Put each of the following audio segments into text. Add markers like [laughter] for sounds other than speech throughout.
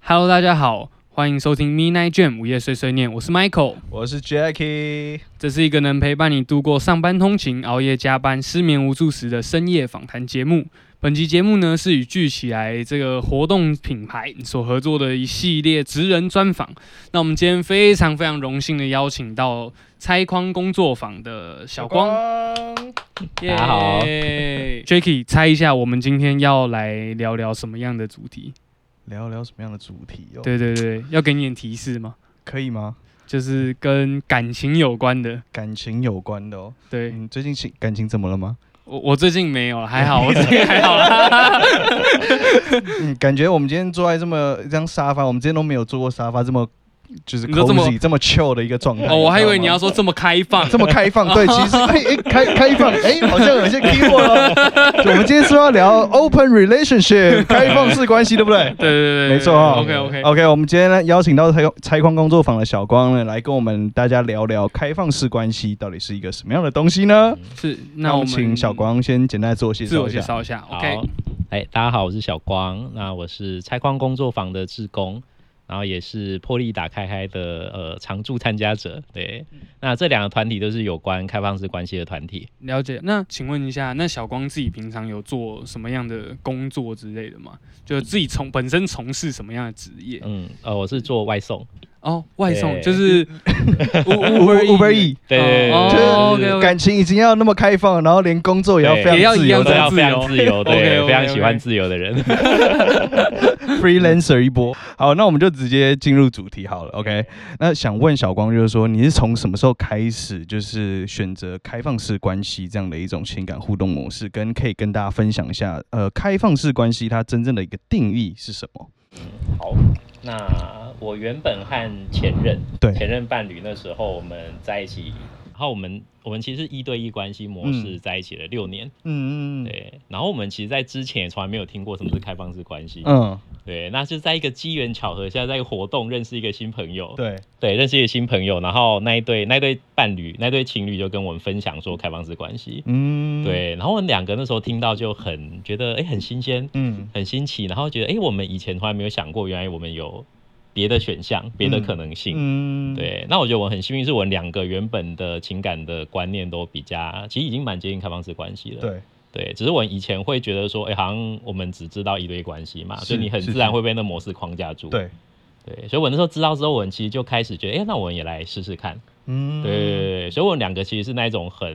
Hello，大家好，欢迎收听 Midnight Jam 午夜碎碎念，我是 Michael。我是 Jackie，这是一个能陪伴你度过上班通勤、熬夜加班、失眠无助时的深夜访谈节目。本集节目呢是与聚起来这个活动品牌所合作的一系列职人专访。那我们今天非常非常荣幸的邀请到拆框工作坊的小光，大家好 Jacky，猜一下我们今天要来聊聊什么样的主题？聊聊什么样的主题哦？，对对对，要给你点提示吗？可以吗？就是跟感情有关的。感情有关的哦。对嗯，最近情感情怎么了吗？我，我最近没有了，还 [laughs] 好，我最近还好啦。嗯，感觉我们今天坐在这么一张沙发，我们之前都没有坐过沙发这么就是你说这么 cozy 这么 chill 的一个状态。哦，我还以为你知要道吗。说这么开放 [laughs] 这么开放，对，其实哎哎开开放，哎好像有一些 [laughs] keyword 哦。就我们今天说要聊 open relationship 开放式关系，对不对？对对对，没错哦 OK OK， OK，我们今天呢邀请到拆拆框工作坊的小光呢，来跟我们大家聊聊开放式关系到底是一个什么样的东西呢？是那那我我们们请小光先简单地自我介自绍我一介下。绍一下。好 OK，，哎，大家好，我是小光，那我是拆框工作坊的志工，然后也是破例打开开的呃常驻参加者。对，嗯那这两个团体都是有关开放式关系的团体。了解。那请问一下，那小光自己平常有做什么样的工作之类的吗？就自己从本身从事什么样的职业？嗯，呃，我是做外送，哦，外送对就是 [laughs] Uber Uber Eats Uber E，对对哦对对哦对对 OK，OK 感情已经要那么开放，然后连工作也要对非也要常自一由样都的要非常自自由，对， OK，OK，OK 非常喜欢自由的人。 [laughs] freelancer 一波。好，那我们就直接进入主题好了。OK，那想问小光就是说，你是从什么时候开始就是选择开放式关系这样的一种情感互动模式？跟可以跟大家分享一下，呃，开放式关系它真正的一个定义是什么？好， [laughs] 那我原本和前任，对前任伴侣那时候我们在一起，然后我们我们其实是一对一关系模嗯式在一起了六年，嗯嗯对，然后我们其实，在之前也从来没有听过什么是开放式关系，嗯，对，那就在一个机缘巧合下，在一个活动认识一个新朋友，对，对，认识一个新朋友，然后那一对那一对伴侣，那一对情侣就跟我们分享说开放式关系，嗯，，对，然后我们两个那时候听到就很觉得哎、诶很新鲜，嗯很新奇，然后觉得哎、诶我们以前从来没有想过，原来我们有别的选项，别的可能性。嗯，对，那我觉得我很幸运，是我两个原本的情感的观念都比较，其实已经蛮接近开放式关系了。对，对，只是我以前会觉得说，哎、好像我们只知道一对一关系嘛，是所以你很是自然会被那模式框架住。对，对，所以我那时候知道之后，我其实就开始觉得，哎、那我们也来试试看。嗯对对对，对所以我们两个其实是那一种很，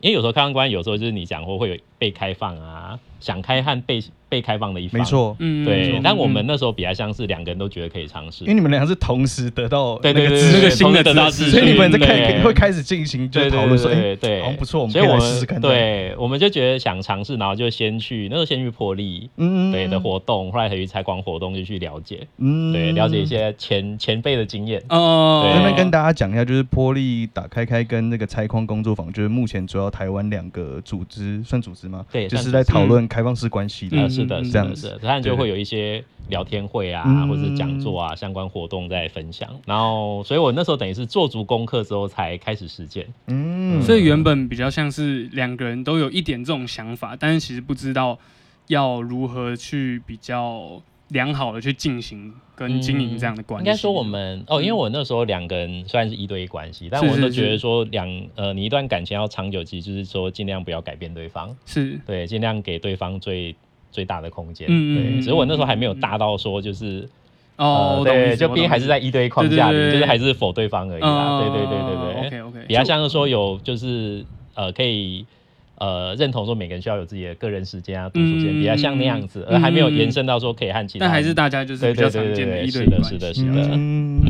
因为有时候开放关，有时候就是你讲过会有被开放啊，想开和被被开放的一方。没。错，嗯，对，嗯但我们嗯那时候比较像是两个人都觉得可以尝试因为。你们俩是同时得到对那对个对资那讯对，对个新的同时得到知资识所以你们在讯看对会开始进行就是对讨论说，哎，对对对，好像不错我们所以可以来我试试看对，我们就觉得想尝试，然后就先去那时候先去破例，嗯对的活动，后来才去采光活动就去了解，嗯对，了解一。些前前辈的经验。哦，对那边那跟大家讲一下，就是玻璃打开开跟那个拆框工作坊，就是目前主要台湾两个组织，算组织吗？对就是算在组织讨论开放式关系呃，的嗯。是的，是这样的，子是的，当然就对会有一些聊天会啊，嗯或者是讲座啊，相关活动在分享。然后，所以我那时候等于是做足功课之后才开始实践。嗯所以原本比较像是两个人都有一点这种想法，但是其实不知道要如何去比较良好的去进行跟经营这样的关应系。该说我们哦，因为我那时候两个人虽然是一对一关系，但我嗯是都是觉得说两呃，你一段感情要长久，其实就是说尽量不要改变对方，是对，尽量给对方最最大的空间。嗯嗯嗯对，只是我那时候还没有嗯嗯嗯大到说就是哦，呃我懂意对，思就我懂毕竟还意是思在一对一框架对对对对里，就是还是否对方而已啦。嗯对对对对对。 ，OK OK，比较像是说有就是呃可以呃认同说每个人需要有自己的个人时间啊、独处时间，嗯比较像那样子，嗯而还没有延伸到说可以和其他但人。还是大家就是对比较对常对见的对一对对，一是的，关是的，系是的。嗯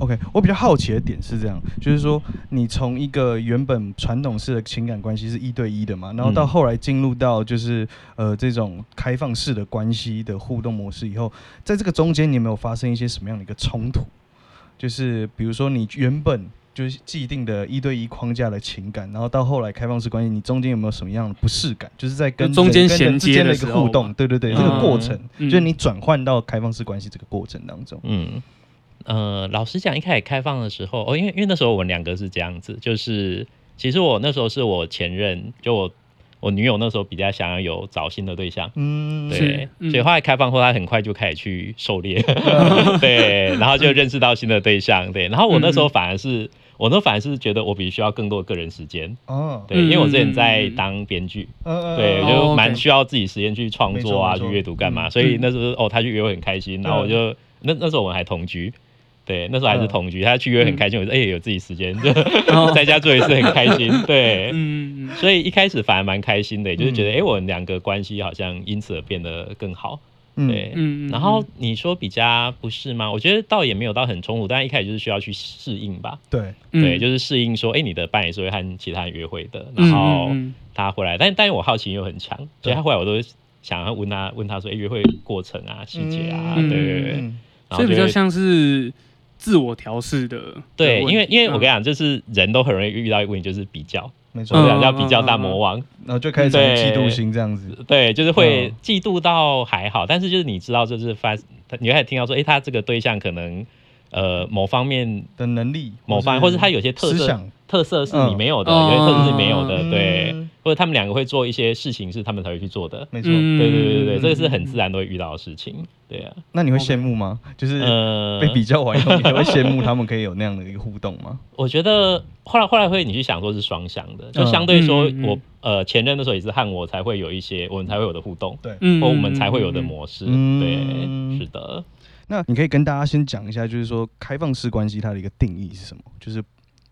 ，OK，我比较好奇的点是这样，就是说你从一个原本传统式的情感关系是一对一的嘛，然后到嗯后来进入到就是呃这种开放式的关系的互动模式以后，在这个中间你有没有发生一些什么样的一个冲突？就是比如说你原本就是既定的一对一框架的情感，然后到后来开放式关系，你中间有没有什么样的不适感？就是在跟就中间人跟人之衔接间的的一时个候互嘛动，对对对，这个过程，嗯就是你转换到开放式关系这个过程当中。嗯，呃，老实讲，一开始开放的时候，哦，因为因为那时候我们两个是这样子，就是其实我那时候是我前任，就我我女友那时候比较想要有找新的对象，嗯，对是，嗯所以后来开放后，他很快就开始去狩猎， [laughs] 对，然后就认识到新的对象，对，然后我那嗯时候反而是，我那时候反而是觉得我必须要更多的个人时间，哦，对，因为我之前嗯嗯在嗯嗯当编剧，嗯嗯对，嗯我哦就，OK 蛮需要自己时间去创作啊，没错去没错阅读干嘛，嗯所以那时候哦，他去约会很开心，然后我嗯就那那时候我们还同居。对，那时候还是嗯同居，他去约会很开心，我说哎、有自己时间， [laughs] 就嗯哦在家做一次很开 [laughs] 心。对，嗯嗯所以一开始反而蛮开心的，就是觉得嗯哎、我们两个关系好像因此而变得更好。嗯对，嗯，然后你说比较不是吗？我觉得倒也没有到很冲突，但一开始就是需要去适应吧。对，嗯对，就是是适应说，哎、你的伴侣是会和其他人约会的，然后嗯他回来，但但是我好奇心又很强，所以他回来我都想要问他问他说，哎、约会过程啊、细节啊，嗯对对对，嗯所然后以比就较会像是自我调试的对，的问题因为因为我跟嗯你讲，就是人都很容易遇到一个问题，就是比较，没我错们，嗯讲叫比较大魔王，然后就开始产生嫉妒心这样子，对，就是会嗯嫉妒到还好，但是就是你知道，就是发，他你会开始听到说，哎、他这个对象可能呃某方面的能力，某方面，或是他有些特思色想特色是你嗯没有的，哦有些特色是没有的，对，嗯或者他们两个会做一些事情是他们才会去做的，没错。嗯，对对对对，这个是很自然。然都会遇到的事情，对啊，那你会羡慕吗？就是呃被，比较完以后，你会羡慕他们可以有那样的一个互动吗？ [laughs] 我觉得后来后来会你去想说是双向的，就嗯相对说嗯嗯嗯我呃前任的时候也是和我才会有一些我们才会有的互动，对嗯或我们才会有的模式，嗯对，是的，那你可以跟大家先讲一下，就是说开放式关系它的一个定义是什么？就是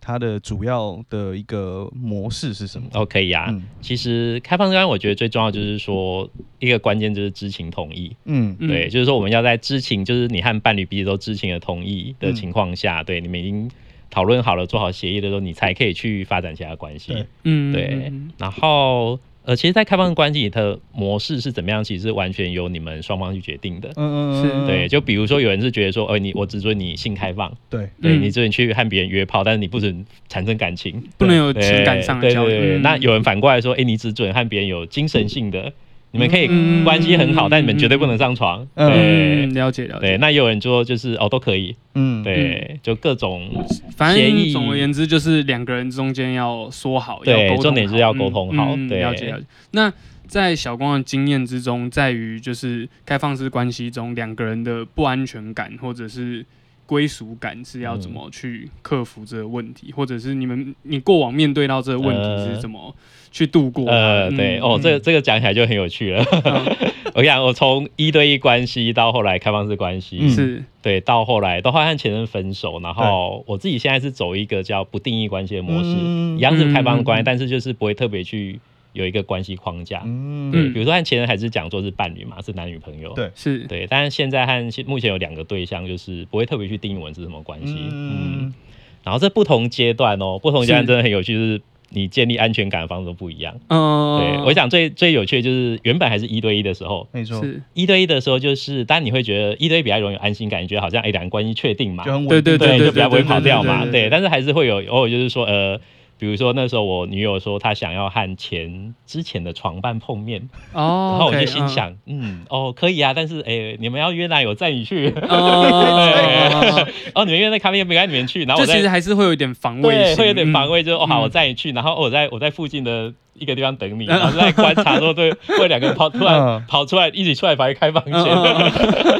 它的主要的一个模式是什么？哦，可以啊。嗯其实开放式关系我觉得最重要就是说一个关键就是知情同意，嗯嗯对，就是说我们要在知情，就是你和伴侣彼此都知情的同意的嗯情况下，对你们已经讨论好了、做好协议的时候，你才可以去发展其他关系对。嗯，对嗯然后，呃，其实，在开放式关系里的模式是怎么样，其实完全由你们双方去决定的。嗯嗯，对，就比如说有人是觉得说，呃，你我只准你性开放，对，对、嗯你只准去和别人约炮，但是你不准产生感情，不能有对情感上的对交对对流。嗯那有人反过来说，哎、你只准和别人有精神性的，你们可以嗯关系很好，但你们绝对不能上床。嗯对、嗯，了解了呃对，解。那也有人说就是哦都可以，嗯，对，就各种反协正议总而言之，就是两个人中间要说好，对要沟通好重点是要沟通好嗯嗯对了解了解。那在小光的经验之中，在于就是开放式关系中，两个人的不安全感或者是归属感是要怎么去克服这个问题，或者是你们你过往面对到这个问题是怎么去度过它的？呃对、哦，嗯这个这个讲起来就很有趣了。 [laughs] 我跟你讲，我从一对一关系到后来开放式关系，嗯是对，到后来到后来和前任分手，然后我自己现在是走一个叫不定义关系的模式，嗯一样是开放式关系，嗯但是就是不会特别去有一个关系框架。嗯对，嗯比如说和前任还是讲说是伴侣嘛，是男女朋友。对是，对，但是现在和现目前有两个对象，就是不会特别去定义我们是什么关系。嗯嗯然后这不同阶段哦，不同阶段是真的很有趣，就是你建立安全感的方式都不一样。嗯，对，我想最最有趣的就是原本还是一对一的时候，没错，是，一对一的时候就是，当然你会觉得一对一比较容易有安心感，你觉得好像哎两个关系确定嘛，就很对稳对定，对你对就比较不会跑掉嘛，对对对对对。但是还是会有偶尔就是说呃。比如说那时候我女友说她想要和前之前的床伴碰面，哦，然后我 OK，就心想，嗯，哦，可以啊，但是哎、你们要约哪有载你去， [laughs] 嗯，哦，哦，你们约在咖啡店没赶你们去，然后就我再其实还是会有一点防卫对，心，会有点防嗯。卫，就是哦好，嗯我载你去，然后哦我在我在附近的一个地方等你，然后 [laughs] 在观察说对，会有两个人跑突然嗯跑出来一起出来反正开房嗯嗯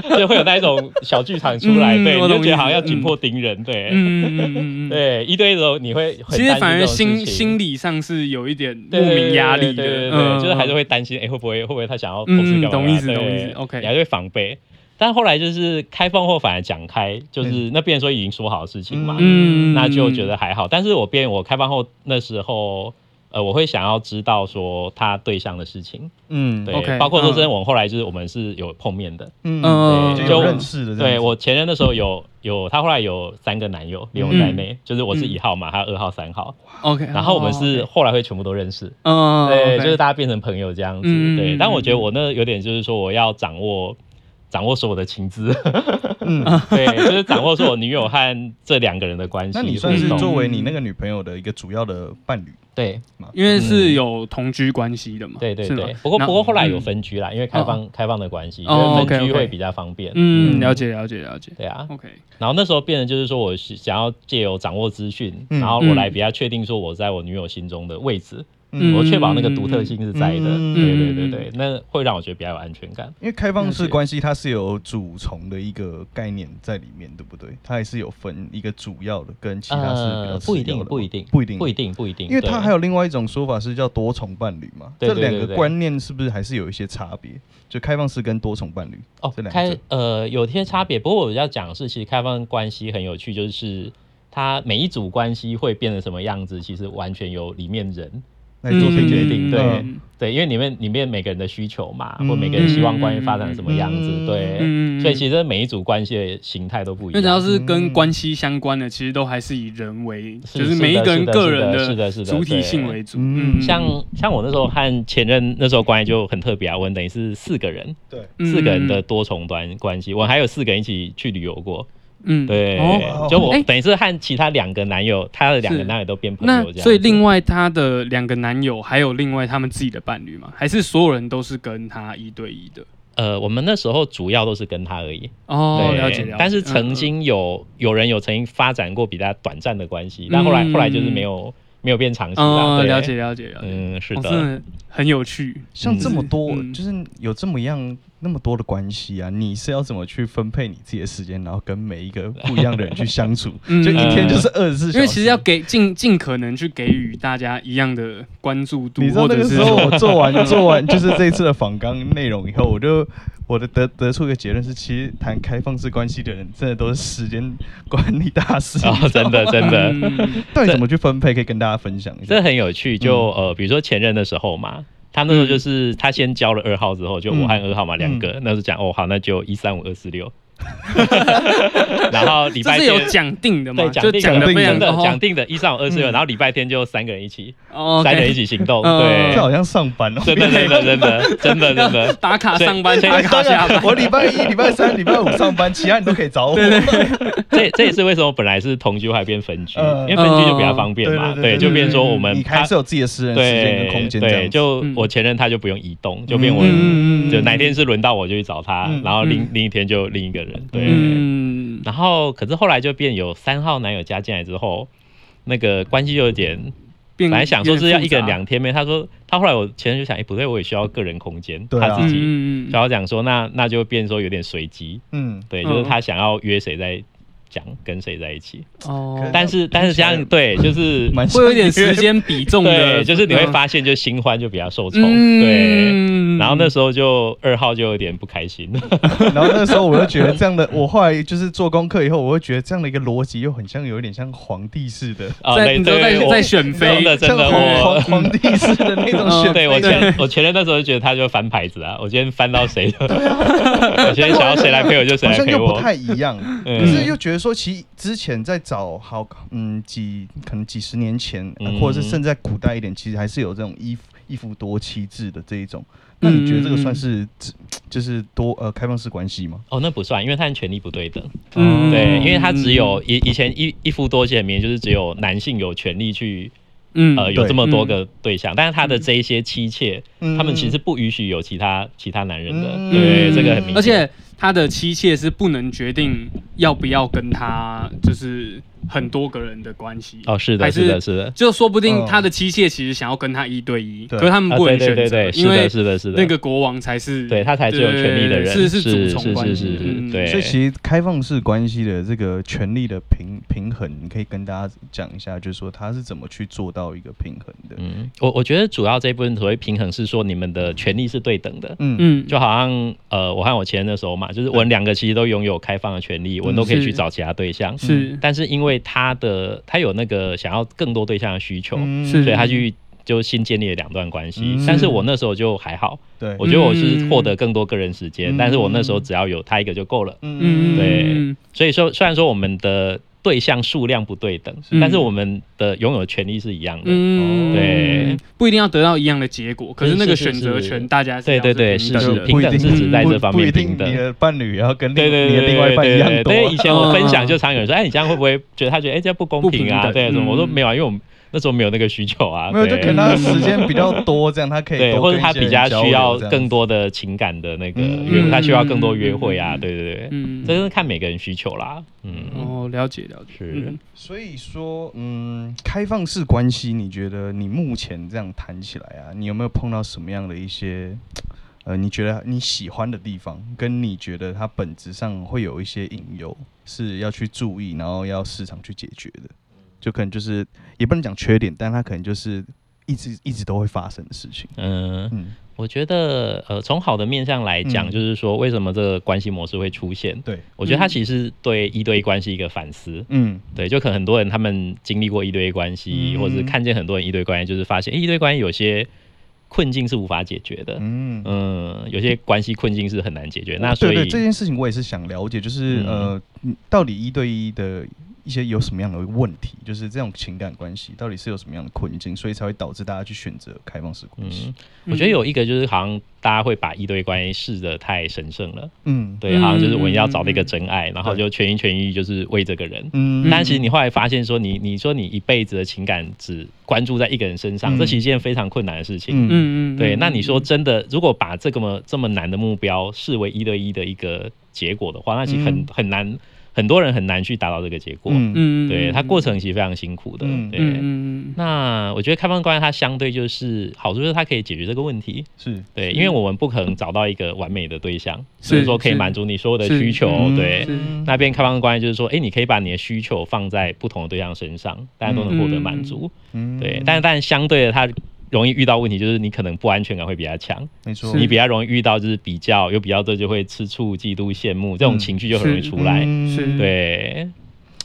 间， [laughs] 就会有那一种小剧场出来，嗯对，我你就懂觉意得好像思要紧嗯迫盯人，对嗯嗯嗯嗯嗯，对，一堆的时候你会很其实担心反而这种事心情心理上是有一点对莫名压力的，对对对对对嗯，就是还是嗯会担心，哎、会不会会不会他想要投嗯资嗯干嘛懂意思对懂意思，OK 你还是会防备。但后来就是开放后反而讲开，就是那边说已经说好的事情嘛，嗯，那就觉得还好。但是我变我开放后那时候，呃，我会想要知道说他对象的事情，嗯对 OK，包括说真的，嗯我们后来就是我们是有碰面的，嗯，嗯，对就嗯，有就认识的这样子，对我前任那时候有有他后来有三个男友连我嗯在内，就是我是一号嘛，他二号、三号， OK，然后我们是后来会全部都认识，嗯，对， OK 就是大家变成朋友这样子，嗯对。但我觉得嗯我那有点就是说我要掌握。掌握说我的情资，嗯， [laughs] 对，就是掌握说我女友和这两个人的关系那互动。你算是嗯作为你那个女朋友的一个主要的伴侣，对，因为是有同居关系的嘛，嗯对对是吗对，不过那不过后来有嗯分居啦，因为开放、开放的关系，哦所以分 OK，OK 居会比较方便。嗯，了解了解了解对啊， ，OK，然后那时候变成就是说，我是想要借由掌握资讯，嗯然后我来嗯比较确定说我在我女友心中的位置，嗯我确保那个独特性是在的。嗯对对对嗯对，那会让我觉得比较有安全感。因为开放了式解关系它是有主从的一个概念在里面，对不对？它还是有分一个主要的跟其他是比较呃，次不一要定，的不吗一定，不一定，不一。定，不一定，因为它对还有另外一种说法是叫多重伴侣嘛，对对这对两个对观念是不是还是有一些差别？就开放式跟多重伴侣，哦这，两开者呃有些差别。不过我要讲的是，其实开放关系很有趣，就是它每一组关系会变成什么样子，其实完全由里面人来做嗯推决荐。定对嗯对，因为里面里面每个人的需求嘛，嗯或每个人希望关系发展什么样子，嗯对。嗯，所以其实每一组关系的形态都不一因为样。只要是跟嗯关系相关的，其实都还是以人为，是就是是每一的个人个人是的是的是的是的主体对性为主。嗯像像我那时候和前任那时候关系就很特别啊，我们等于是四个人，对，四个人的嗯，多重端关系，我还有四个人一起去旅游过，嗯，对，哦就我哎等于是和其他两个男友，他的两个是男友都变朋友那这样。所以另外她的两个男友，还有另外他们自己的伴侣嘛，还是所有人都是跟她一对一的？呃，我们那时候主要都是跟他而已，哦，对了解了解。但是嗯曾，经有、有人有曾经发展过比他短暂的关系，但后来、嗯后来就是没有没有变长期嗯了。哦，对了解，了解了解。嗯，是哦的，真的很有趣。像这么嗯多，嗯就是有这么样那么多的关系啊，你是要怎么去分配你自己的时间，然后跟每一个不一样的人去相处？ [laughs] 嗯就一天嗯就是二十四小时。因为其实要给尽尽可能去给予大家一样的关注度你，知道或那者个是时候我做 [laughs] 完做完就是这一次的访纲内容以后，我就我的得得出一个结论是，其实谈开放式关系的人真的都是时间 [laughs] 管理大师。哦，啊 [laughs] 真的真的。嗯到底怎么去分配，可以跟大家分享一下这。很有趣，就、呃，比如说前任的时候嘛，他那时候嗯就是他先交了二号之后，就我和二号嘛嗯两个，那时候讲哦好，那就一三五二 [laughs] 四六，然后礼这拜是有天。讲定的嘛？对，就定讲的的哦非常真的讲定，定的，一三五二四六，嗯然后礼拜天就三个人一起，哦，三个人一人 [laughs] 起行动，嗯对这，好像上班哦。真 [laughs] 的真的真的真的真 [laughs] 的，打卡上班，所以打卡下班。 [laughs] 我礼拜一、礼拜三、礼拜五上班，其他人都可以找我。这这也是为什么本来是同居还变分居，嗯哦因为分居就比较方便嘛，对对对对对，就变成说我你们还他是有自己的私人时间对跟空间这样对，子。就嗯我前任他就不用移动，就变我嗯就哪天是轮到我就去找他，嗯然后另、嗯另一天就另一个人，对。嗯，然后可是后来就变有三号男友加进来之后，那个关系就有点，本本来想说是要一个人两天没，他说他后来我前任就想，哎、不对，我也需要个人空间，对啊他自己，嗯嗯然后讲说那那就变说有点随机，嗯，对，嗯就是他想要约谁在讲跟谁在一起，哦，但是但是这样对，就是蛮会有点时间比重的， [laughs] 对，就是你会发现就新欢就比较受宠，嗯对。然后那候时候就二号就有点不开心， [laughs] [laughs] 然后那时候我就觉得这 [laughs] 样的，我后来就是做功课以后，我会觉得这样的一个逻辑又很像，有一点像皇帝式的，啊，在对你都对，在我在选真妃，的 [laughs] 真像的皇我皇皇帝式的那种选对我妃 [laughs] 前我前任那时候就觉得他就翻牌子啊，我今天翻到谁了，我今天想要谁来陪我就谁好来像陪又不我，太一样，嗯可是又觉得说，其实之前在找好，嗯，几可能几十年前，呃嗯或者是甚至在古代一点，其实还是有这种一夫一夫多妻制的这一种。那你觉嗯得这个算是只就是多呃开放式关系吗？哦那不算，因为他的权利不对等，嗯对，因为他只有以以前一一夫多妻，明明就是只有男性有权利去嗯呃有这么多个对象，但是他的这一些妻妾，嗯他们其实不允许有其他其他男人的嗯，对，这个很明显，而且他的妻妾是不能决定要不要跟他就是很多个人的关系哦是的还是的是的。就说不定他的妻妾其实想要跟他一对一，嗯对可是他们啊，不对能对选对择，对，是因为的，是的，是的，那个国王才是对他才是有权利的人，对对对是是主从关是系，是是，嗯对。所以其实开放式关系的这个权利的平平衡，你可以跟大家讲一下，就是说它是怎么去做到一个平衡的。嗯，我我觉得主要这一部分所谓平衡是说你们的权利是对等的，嗯嗯，就好像呃，我和我前任的时候嘛，就是我们两个其实都拥有开放的权利，我们都可以是去找其他对象，是但是因为他的他有那个想要更多对象的需求，嗯是所以他去就新建立了两段关系。嗯但是我那时候就还好，对，我觉得我是获得更多个人时间，嗯但是我那时候只要有他一个就够了。嗯，对所以说，虽然说我们的对象数量不对等，嗯是但是我们的拥有权利是一样的。嗯，对，不一定要得到一样的结果，可是那个选择是是是权大家是对要对对平等是的嗯是平等是指在这方面不一定平等你的伴侣也要跟另对对你对的另外一对半一对样对，多嗯对啊。以前我分享就常有人说，哎，你这样会不会觉得他觉得哎这样不公平啊？不平等对，什么？嗯我说没有啊，因为我们那时候没有那个需求啊，没有，就可对能他时间比较多，这样他可以对，多或者跟他一些比人较交需流要这样更多的情感的那个嗯约会，他需要嗯更多约会嗯啊，嗯对对对，嗯，这是看每个人需求啦，嗯，哦，了解了解，是嗯所以说，嗯，开放式关系，你觉得你目前这样谈起来啊，你有没有碰到什么样的一些，呃，你觉得你喜欢的地方，跟你觉得它本质上会有一些隐忧，是要去注意，然后要市场去解决的，就可能就是也不能讲缺点，但它可能就是一直一直都会发生的事情。嗯，嗯，我觉得呃，从好的面上来讲，嗯就是说为什么这个关系模式会出现，对，我觉得它嗯其实是对一对一关系一个反思，嗯，对，就可能很多人他们经历过一对一关系，嗯或者是看见很多人一对一关系，就是发现、诶一对一关系有些困境是无法解决的，嗯。嗯，有些关系困境是很难解决，那所对以哦对，这件事情我也是想了解，就是、嗯呃，嗯到底一对一的一些有什么样的问题，就是这种情感关系到底是有什么样的困境，所以才会导致大家去选择开放式关系嗯。，我觉得有一个就是好像大家会把一对一关系视得太神圣了，嗯，对，嗯好像就是我们要找到一嗯个嗯真爱，然后就全心全意就是为这个人。嗯但其实你后来发现说你，你说你一辈子的情感只关注在一个人身上，嗯这其实是一件非常困难的事情。嗯嗯嗯，对，嗯那你说真的，如果把这个么这么难的目标视为一对一的一个结果的话，那其实很嗯很难，很多人很难去达到这个结果。嗯嗯，嗯对，它过，程嗯其实非常辛苦的。嗯对，嗯嗯嗯那我觉得开放关系它相对就是好处就是它可以解决这个问题。是对，是因为我们不可能找到一个完美的对象，是所以说可以是满足你所有的是需求。哦嗯对，是那边开放关系就是说，哎、你可以把你的需求放在不同的对象身上，大家都能获得满足。嗯对，但但相对的，它容易遇到问题就是你可能不安全感会比较强，没错，是你比较容易遇到就是比较有比较多就会吃醋、嫉妒、羡慕这种嗯情绪就很容易出来。嗯是对，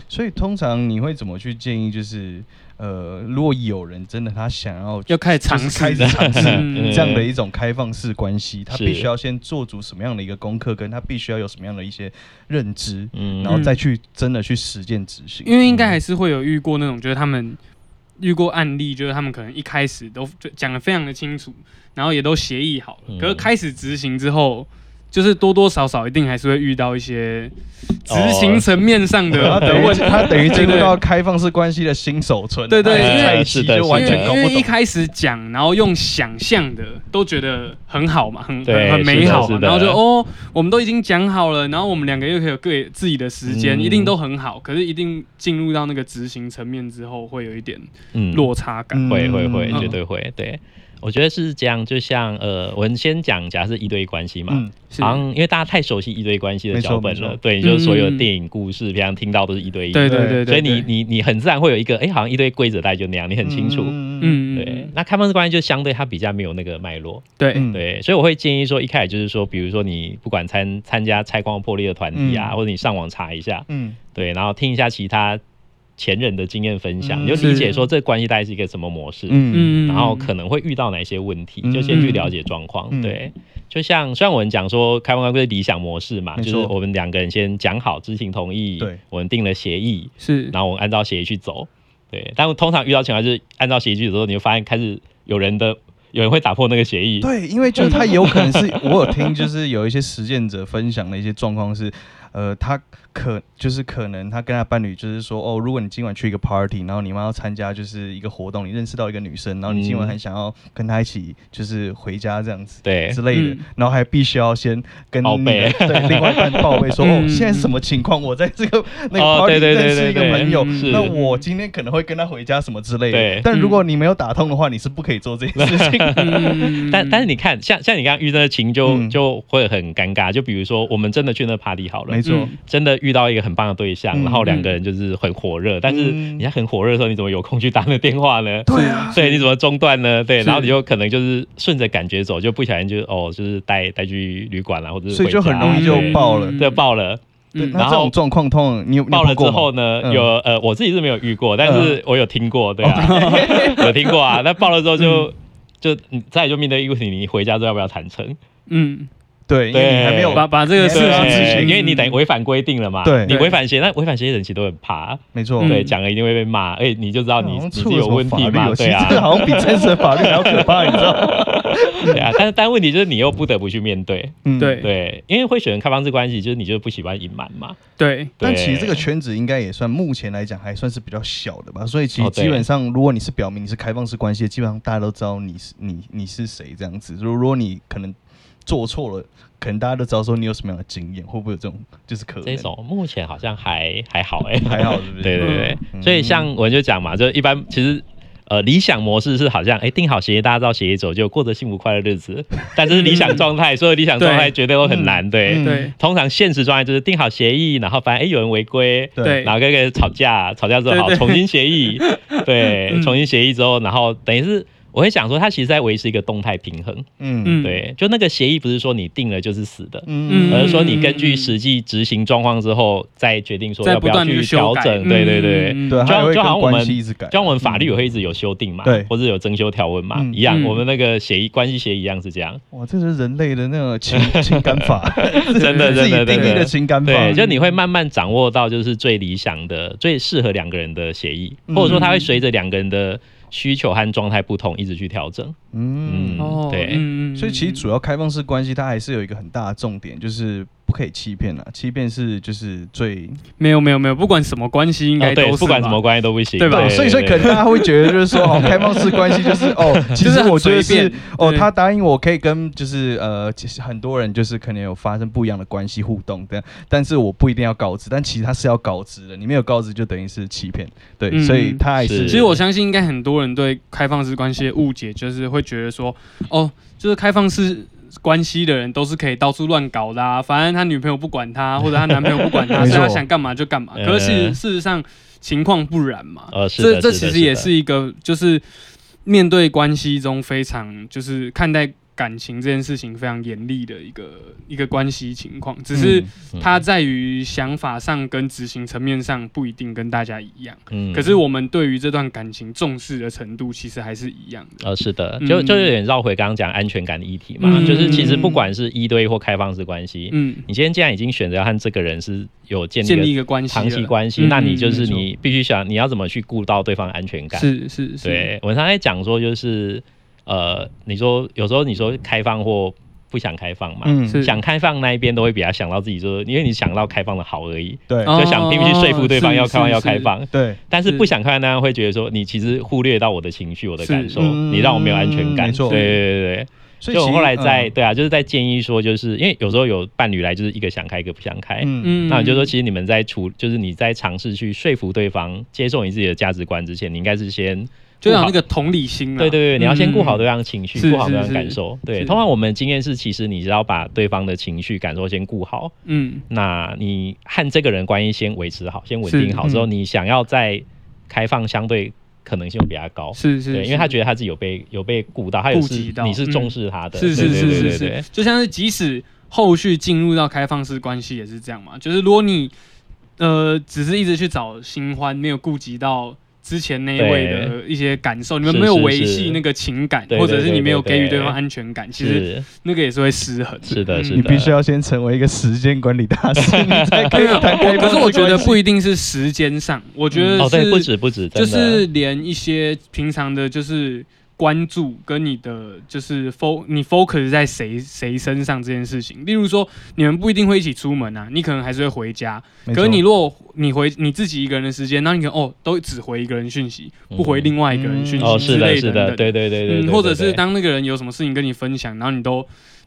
所以通常你会怎么去建议？就是呃，如果有人真的他想要要开始尝就是开试始，尝试 [laughs] 嗯这样的一种开放式关系，他是必须要先做足什么样的一个功课，跟他必须要有什么样的一些认知，嗯然后再去真的去实践执行。因为应该还是会有遇过那种，就是他们遇过案例，就是他们可能一开始都就讲的非常的清楚，然后也都协议好了，嗯可是开始执行之后。就是多多少少一定还是会遇到一些执行层面上的他等的于问题，哦他等于进入对到开放式关系的新手村，对对他因为在一起是的就是完全的搞因不为一懂。开始讲，然后用想象的都觉得很好嘛，很对很很美好嘛，是的是的然后就哦，我们都已经讲好了，然后我们两个又可以有各自己的时间，嗯一定都很好。可是一定进入到那个执行层面之后，会有一点嗯落差感。嗯会会会，嗯绝对会。对，我觉得是这样。就像呃，我们先讲，假设一对一关系嘛，嗯，是好像因为大家太熟悉一对一关系的没错脚本没错了，对，就是所有嗯的电影故事、平常听到都是一对一，对对对对，所以你对你你很自然会有一个，哎、好像一对一规则大概就那样，你很清楚。嗯嗯对嗯，那开放式关系就相对它比较没有那个脉络，对嗯对，所以我会建议说，一开始就是说，比如说你不管参参加拆光破裂的团体啊，嗯或者你上网查一下，嗯对，然后听一下其他前人的经验分享，嗯你就理是解说这关系大概是一个什么模式，嗯，嗯然后可能会遇到哪些问题，就先去了解状况。嗯对，就像虽然我们讲说开放关系理想模式嘛，没就错是我们两个人先讲好知情同意，对，我们定了协议，是然后我们按照协议去走。对，但通常遇到情况就是按照协议去走之后，你会发现开始有人的有人会打破那个协议。对，因为就是他有可能是我有听，就是有一些实践者分享的一些状况是，呃，他可就是可能他跟他伴侣就是说，哦，如果你今晚去一个 party，然后你们要参加就是一个活动，你认识到一个女生，然后你今晚嗯很想要跟她一起就是回家这样子。对之类的嗯，然后还必须要先跟哎报你备的对另外一半报备 [laughs] 说，嗯哦，现在是什么情况？我在这个那个哦 party 对对对认识一个对对嗯朋友，是那我今天可能会跟他回家什么之类的对。但如果你没有打通的话，你是不可以做这件事情 [laughs] 的。 [laughs] 嗯但但是你看，像像你刚刚遇到的情就、嗯就会很尴尬。就比如说，我们真的去那 party 好了没，错，嗯真的遇到一个很棒的对象，嗯然后两个人就是很火热，但是嗯你在很火热的时候，你怎么有空去打那电话呢？对啊，对，你怎么中断呢？对，是然后你就可能就是顺着感觉走，就不小心就哦，就是带带去旅馆啦，啊或者是所以就回家很容易就对爆了。嗯对爆了，对，嗯那这然种后状况通常你有你有爆碰了过之吗后呢，嗯有呃，我自己是没有遇过，但是我有听过，对啊，哦 [laughs] 有听过嗯啊。那爆了之后就就你再也就面对一个问题，你回家之后要不要坦诚？嗯对，因为你还没有把把这个事对啊情对因为你等于违反规定了嘛，对你违反协，那违反协议人其实都很怕，啊没错，嗯对，讲了一定会被骂，哎，你就知道你好像你触了是有什么问法题律嘛，哦对其啊实，这好像比真实的法律还要可怕，你知道 [laughs] 吗？对啊，但是但问题就是你又不得不去面对，嗯对对，因为会选开放式关系，就是你就不喜欢隐瞒嘛，对但其实这个对圈子应该也算目前来讲还算是比较小的吧，所以其实哦对基本上，如果你是表明你是开放式关系的，基本上大家都知道你是你你是谁这样子。如如果你可能做错了，可能大家都知道说你有什么样的经验，会不会有这种就是可能这种目前好像还还好哎、还好是不是？ [laughs] 对对对，嗯所以像我就讲嘛，就一般其实。呃，理想模式是好像哎、定好协议，大家照协议走，就过着幸福快乐日子。 [laughs] 但这是理想状态，所有理想状态绝对都很难。对，嗯对通常现实状态就是定好协议，然后发现哎、有人违规，对然后跟跟人吵架，吵架之后对好对重新协议，对，嗯重新协议之后，然后等于是我会想说，它其实在维持一个动态平衡。嗯嗯对，就那个协议不是说你定了就是死的，嗯而是说你根据实际执行状况之后再决定说在要不不要断的去修调改，整。对对对。嗯对，啊就还会跟就好像我们关系一直改，就像我们法律也会一直有修订嘛，对或者有增修条文嘛，嗯一样。嗯我们那个协议关系协议一样是这样，哇，这是人类的那个情情感 [laughs] 法，真的自真己的定真义的的。情感法，对，就你会慢慢掌握到就是最理想的、最适合两个人的协议，嗯或者说它会随着两个人的需求和状态不同一直去调整。嗯嗯哦，对嗯所以其实主要要开放式关系，它还是有一个很大的重点，就是不可以欺骗啦。欺骗是就是最没有没有没有，不管什么关系，应该哦对都是，不管吧什么关系都不行，对吧啊所以所以可能大家会觉得就是说，哦，开放式关系就是 [laughs] 哦，其就是实很我觉得随是便哦，对他答应我可以跟就是呃，其实很多人就是可能有发生不一样的关系互动的，但是我不一定要告知，但其实他是要告知的，你没有告知就等于是欺骗，对，嗯所以他还是是其实我相信，应该很多人对开放式关系的误解，就是会觉得说，哦，就是开放式关系的人都是可以到处乱搞的、啊，反正他女朋友不管他，或者他男朋友不管他，没所以他错想干嘛就干嘛。呃可是事实事实上，情况不然嘛。呃，是这的，这是其的实也的是一个，就是面对关系中非常就是看待感情这件事情非常严厉的一个一个关系情况，只是嗯它在于想法上跟执行层面上不一定跟大家一样。嗯可是我们对于这段感情重视的程度，其实还是一样的。呃，是的，就就有点绕回刚刚讲安全感的议题嘛，嗯就是其实不管是一对一或开放式关系，嗯，你今天既然已经选择要和这个人是有建建立立一个关个系了，长期关系，嗯那你就是嗯嗯你必须想你要怎么去顾到对方的安全感。是是是，对，我刚才讲说就是呃，你说有时候你说开放或不想开放嘛，嗯是想开放那一边都会比较想到自己说，因为你想到开放的好而已，对哦就想必须说服对方要开放是要开是放。对，但是是不想看那样会觉得说，你其实忽略到我的情绪、我的是感受，嗯你让我没有安全感。没错对对对所以对。所以我其后来在、嗯对啊，就是在建议说，就是因为有时候有伴侣来，就是一个想开，一个不想开。嗯嗯，那我就说，其实你们在处，就是你在尝试去说服对方接受你自己的价值观之前，你应该是先就顾讲好那个同理心啊，对对对，你要先顾好嗯，对方的情绪，是顾好对是方是的感受。对，是通常我们的经验是，其实你只要把对方的情绪感受先顾好，嗯，那你和这个人关系先维持好，先稳定好是嗯之后，你想要再开放，相对可能性会比较高。是是，对，是因为他觉得他自己有被有被顾到，他有顾是及到嗯你是重视他的，是是对是对是对对是，就像是即使后续进入到开放式关系也是这样嘛，就是如果你呃只是一直去找新欢，没有顾及到。之前那一位的一些感受，你们是没有是维是系那个情感，对对或者是对你没有对给予对对方安全感，其实是那个也是会失衡的。是的嗯是你的必须要先成为一个时间管理大师， [laughs] 你才可以谈开放式关系。可是啊我觉得不一定是时间上，我觉得哦，对，不是止不止，真就的是连一些平常的，就是关注跟你的就是 fo 你 focus 在谁谁身上这件事情。例如说，你们不一定会一起出门啊，你可能还是会回家。没错，可是你如果你回你自己一个人的时间，那你可能哦都只回一个人讯息，不回另外一个人讯嗯哦，息之是类的，是等的，等对对对对嗯，对，或者对是当那个人有什么事情跟你分享，然后你都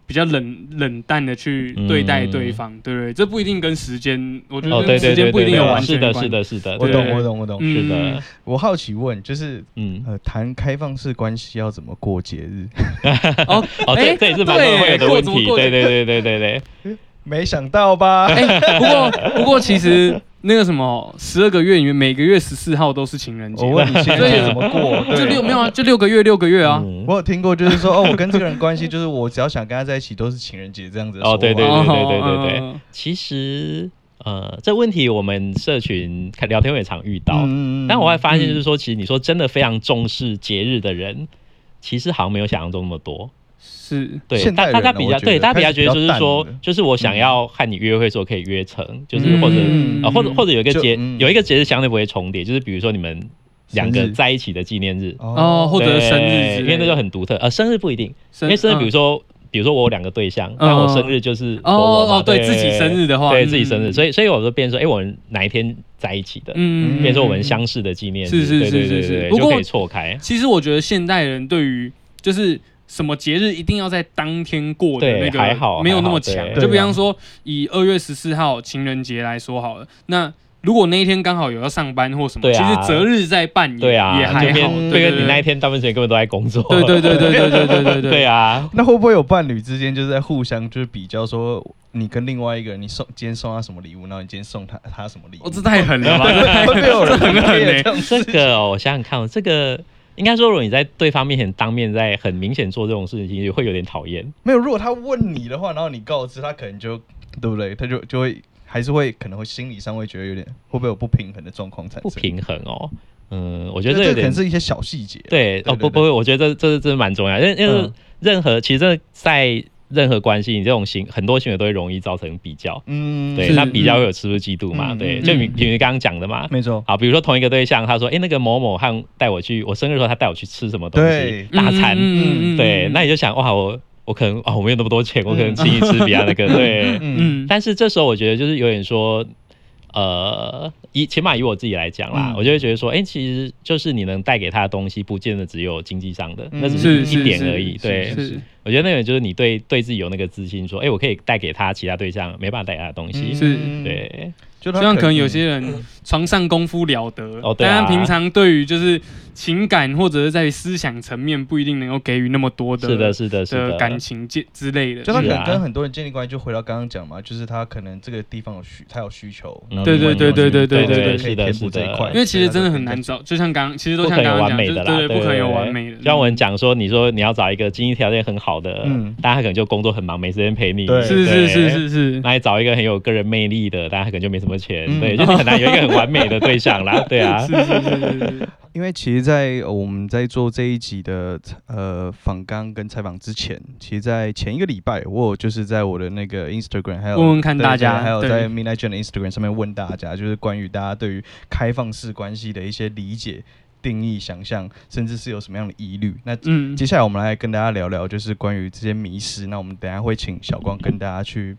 比较冷冷淡的去对待对方，对不对？这不一定跟时间，我觉嗯哦，得跟对对时对间不一对定有对，完是全的，关是，的，是的，我对懂，我懂，我懂。嗯是的，我好奇问，就是嗯，呃，谈开放式关系要怎么过节日？ [laughs] 哦 [laughs] 哦，哎这这也是蛮多对人会有的过问怎么题，过对对对对对对，没想到吧？哎、不过不过其实那个什么，十二个月里面每个月十四号都是情人节我， [laughs] 问你现在怎么过？就六没 [laughs] 对。有啊，就六个月六个月啊。嗯我有听过，就是说，哦，我跟这个人关系，就是我只要想跟他在一起，都是情人节这样子的哦说法。对对哦对对对嗯其实呃，这问题我们社群看聊天会常遇到，嗯但我还发现嗯就是说，其实你说真的非常重视节日的人，其实好像没有想象中那么多。是对，现代人大大家啊比我较觉对，得大家开比较始比觉得较就是淡说了，就是我想要和你约会的时候可以约成，就是或者嗯啊，或者或者有一个就节嗯有一个节日相对不会重叠，就是比如说你们两生个日在一起的纪念日，哦，或者对生日之类的，因为那个很独特，呃，生日不一定，因生为生日嗯比如说比如说我有两个对象，但我生日就是哦我我嘛哦对自己生日的话对嗯自己生日，嗯所以所以我就变成说，哎，我们哪一天在一起的，嗯，变成说我嗯们嗯相识的纪念日，是是对是对是对是对不就可过以错开，其实我觉得现代人对于就是什么节日一定要在当天过的对那个，还好没有那么还好强。对就比对啊方说，以二月十四号情人节来说好了，那如果那一天刚好有要上班或什么，对其啊实择日再办也对啊，也还就变好。因对为对你那对一天大部分时间根本都在工作， [laughs] 对对对对对对对对对对啊，那会不会有伴侣之间就是在互相就是比较说，你跟另外一个人，你送今天送他什么礼物，然后你今天送他他什么礼物？哦，这太狠 [laughs] 了吧！这太会不会有人很狠也欸这样这子？个哦我想想看哦，这个应该说，如果你在对方面前当面在很明显做这种事情，也会有点讨厌。没有，如果他问你的话，然后你告知他，可能就对不对？他就就会还是会可能会心理上会觉得有点会不会有不平衡的状况产不生？，平衡哦。嗯，我觉觉得这这有可能点是一些小细节。对对哦，不对不会，我觉得这这这是蛮重要，因为因为嗯任何其实这在任何关系，你这种行很多行为都会容易造成比较。嗯，对，是那比较会有吃不嫉妒嘛？嗯对，嗯就比嗯比如刚刚讲的嘛。没错，好，比如说同一个对象，他说：“哎、那个某某汉带我去，我生日的时候他带我去吃什么东西对大餐。嗯对，那你就想哇，我我可能哦，我没有那么多钱，我可能轻易吃比他那 [laughs] 个，对。嗯，嗯，但是这时候我觉得就是有点说，呃，以起码以我自己来讲啦，嗯我就会觉得说，哎、其实就是你能带给他的东西，不见得只有经济上的，嗯那只是一是点是而已。是对是是我觉得那个就是你对对自己有那个自信，说，哎、我可以带给他其他对象没办法带给他的东西。嗯是对，就就他像可能有些人床上功夫了得，哦对但啊他平常对于就是情感或者是在于思想层面不一定能够给予那么多的是的，是的，是的的，感情界之类的，就他可是能啊跟很多人建立关系，就回到刚刚讲嘛，就是他可能这个地方有需，他有需求，嗯然后对另外对一个对对人对有需求对对对可以是的填补是这的一块，因为其实真的很难找，就像刚其实都像刚刚讲，不可能就有完美的对啦对，对不可能有完美的。嗯像我们讲说，你说你要找一个经济条件很好的，嗯但他可能就工作很忙，没时间陪你。对是对是 [laughs] 是是是，那你找一个很有个人魅力的，但他可能就没什么钱，嗯对，就是很难有一个很完美的对象 [laughs] 啦，对啊是，是是是是，因为其实在，呃我们在做这一集的呃访纲跟采访之前，其实，在前一个礼拜，我有就是在我的那个 Instagram 还有问问看对大对家还有对在 Midnight Jane 的 Instagram 上面问大家，就是关于大家对于开放式关系的一些理解、定义、想象，甚至是有什么样的疑虑。那嗯接，下来我们来跟大家聊聊，就是关于这些迷失。那我们等一下会请小光跟大家去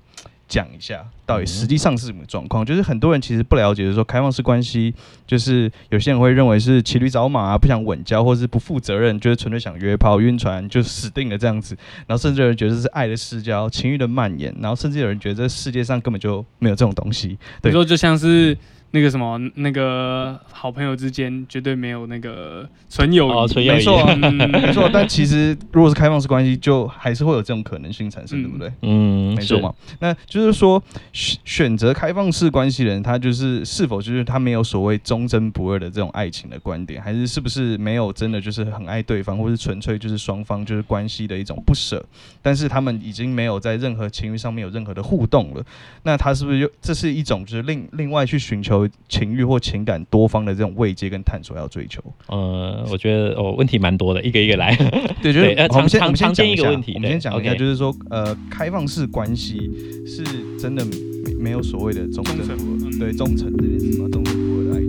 讲一下，到底实际上是什么状况。就是很多人其实不了解，就是说开放式关系，就是有些人会认为是骑驴找马啊，不想稳交，或是不负责任，就是纯粹想约炮、晕船，就死定了这样子。然后甚至有人觉得这是爱的失焦、情欲的蔓延，然后甚至有人觉得这世界上根本就没有这种东西。 [laughs] 你对说就像是那个什么，那个好朋友之间绝对没有那个纯友哦谊，纯友谊没错啊嗯没错，但其实如果是开放式关系，就还是会有这种可能性产生，嗯对不对？嗯，没错是嘛。那就是说，选选择开放式关系的人，他就是是否就是他没有所谓忠贞不二的这种爱情的观点，还是是不是没有真的就是很爱对方，或是纯粹就是双方就是关系的一种不舍，但是他们已经没有在任何情欲上面有任何的互动了。那他是不是又这是一种就是另另外去寻求情欲或情感多方的这种慰藉跟探索要追求？呃，我觉得哦，问题蛮多的，一个一个来。对，就是对呃好我们先常我们先常讲见一个下问题我们先对讲一下， OK 就是说呃，开放式关系是真的没没有所谓的忠忠贞诚不二，嗯对忠诚这件事嘛，忠诚不二的爱情。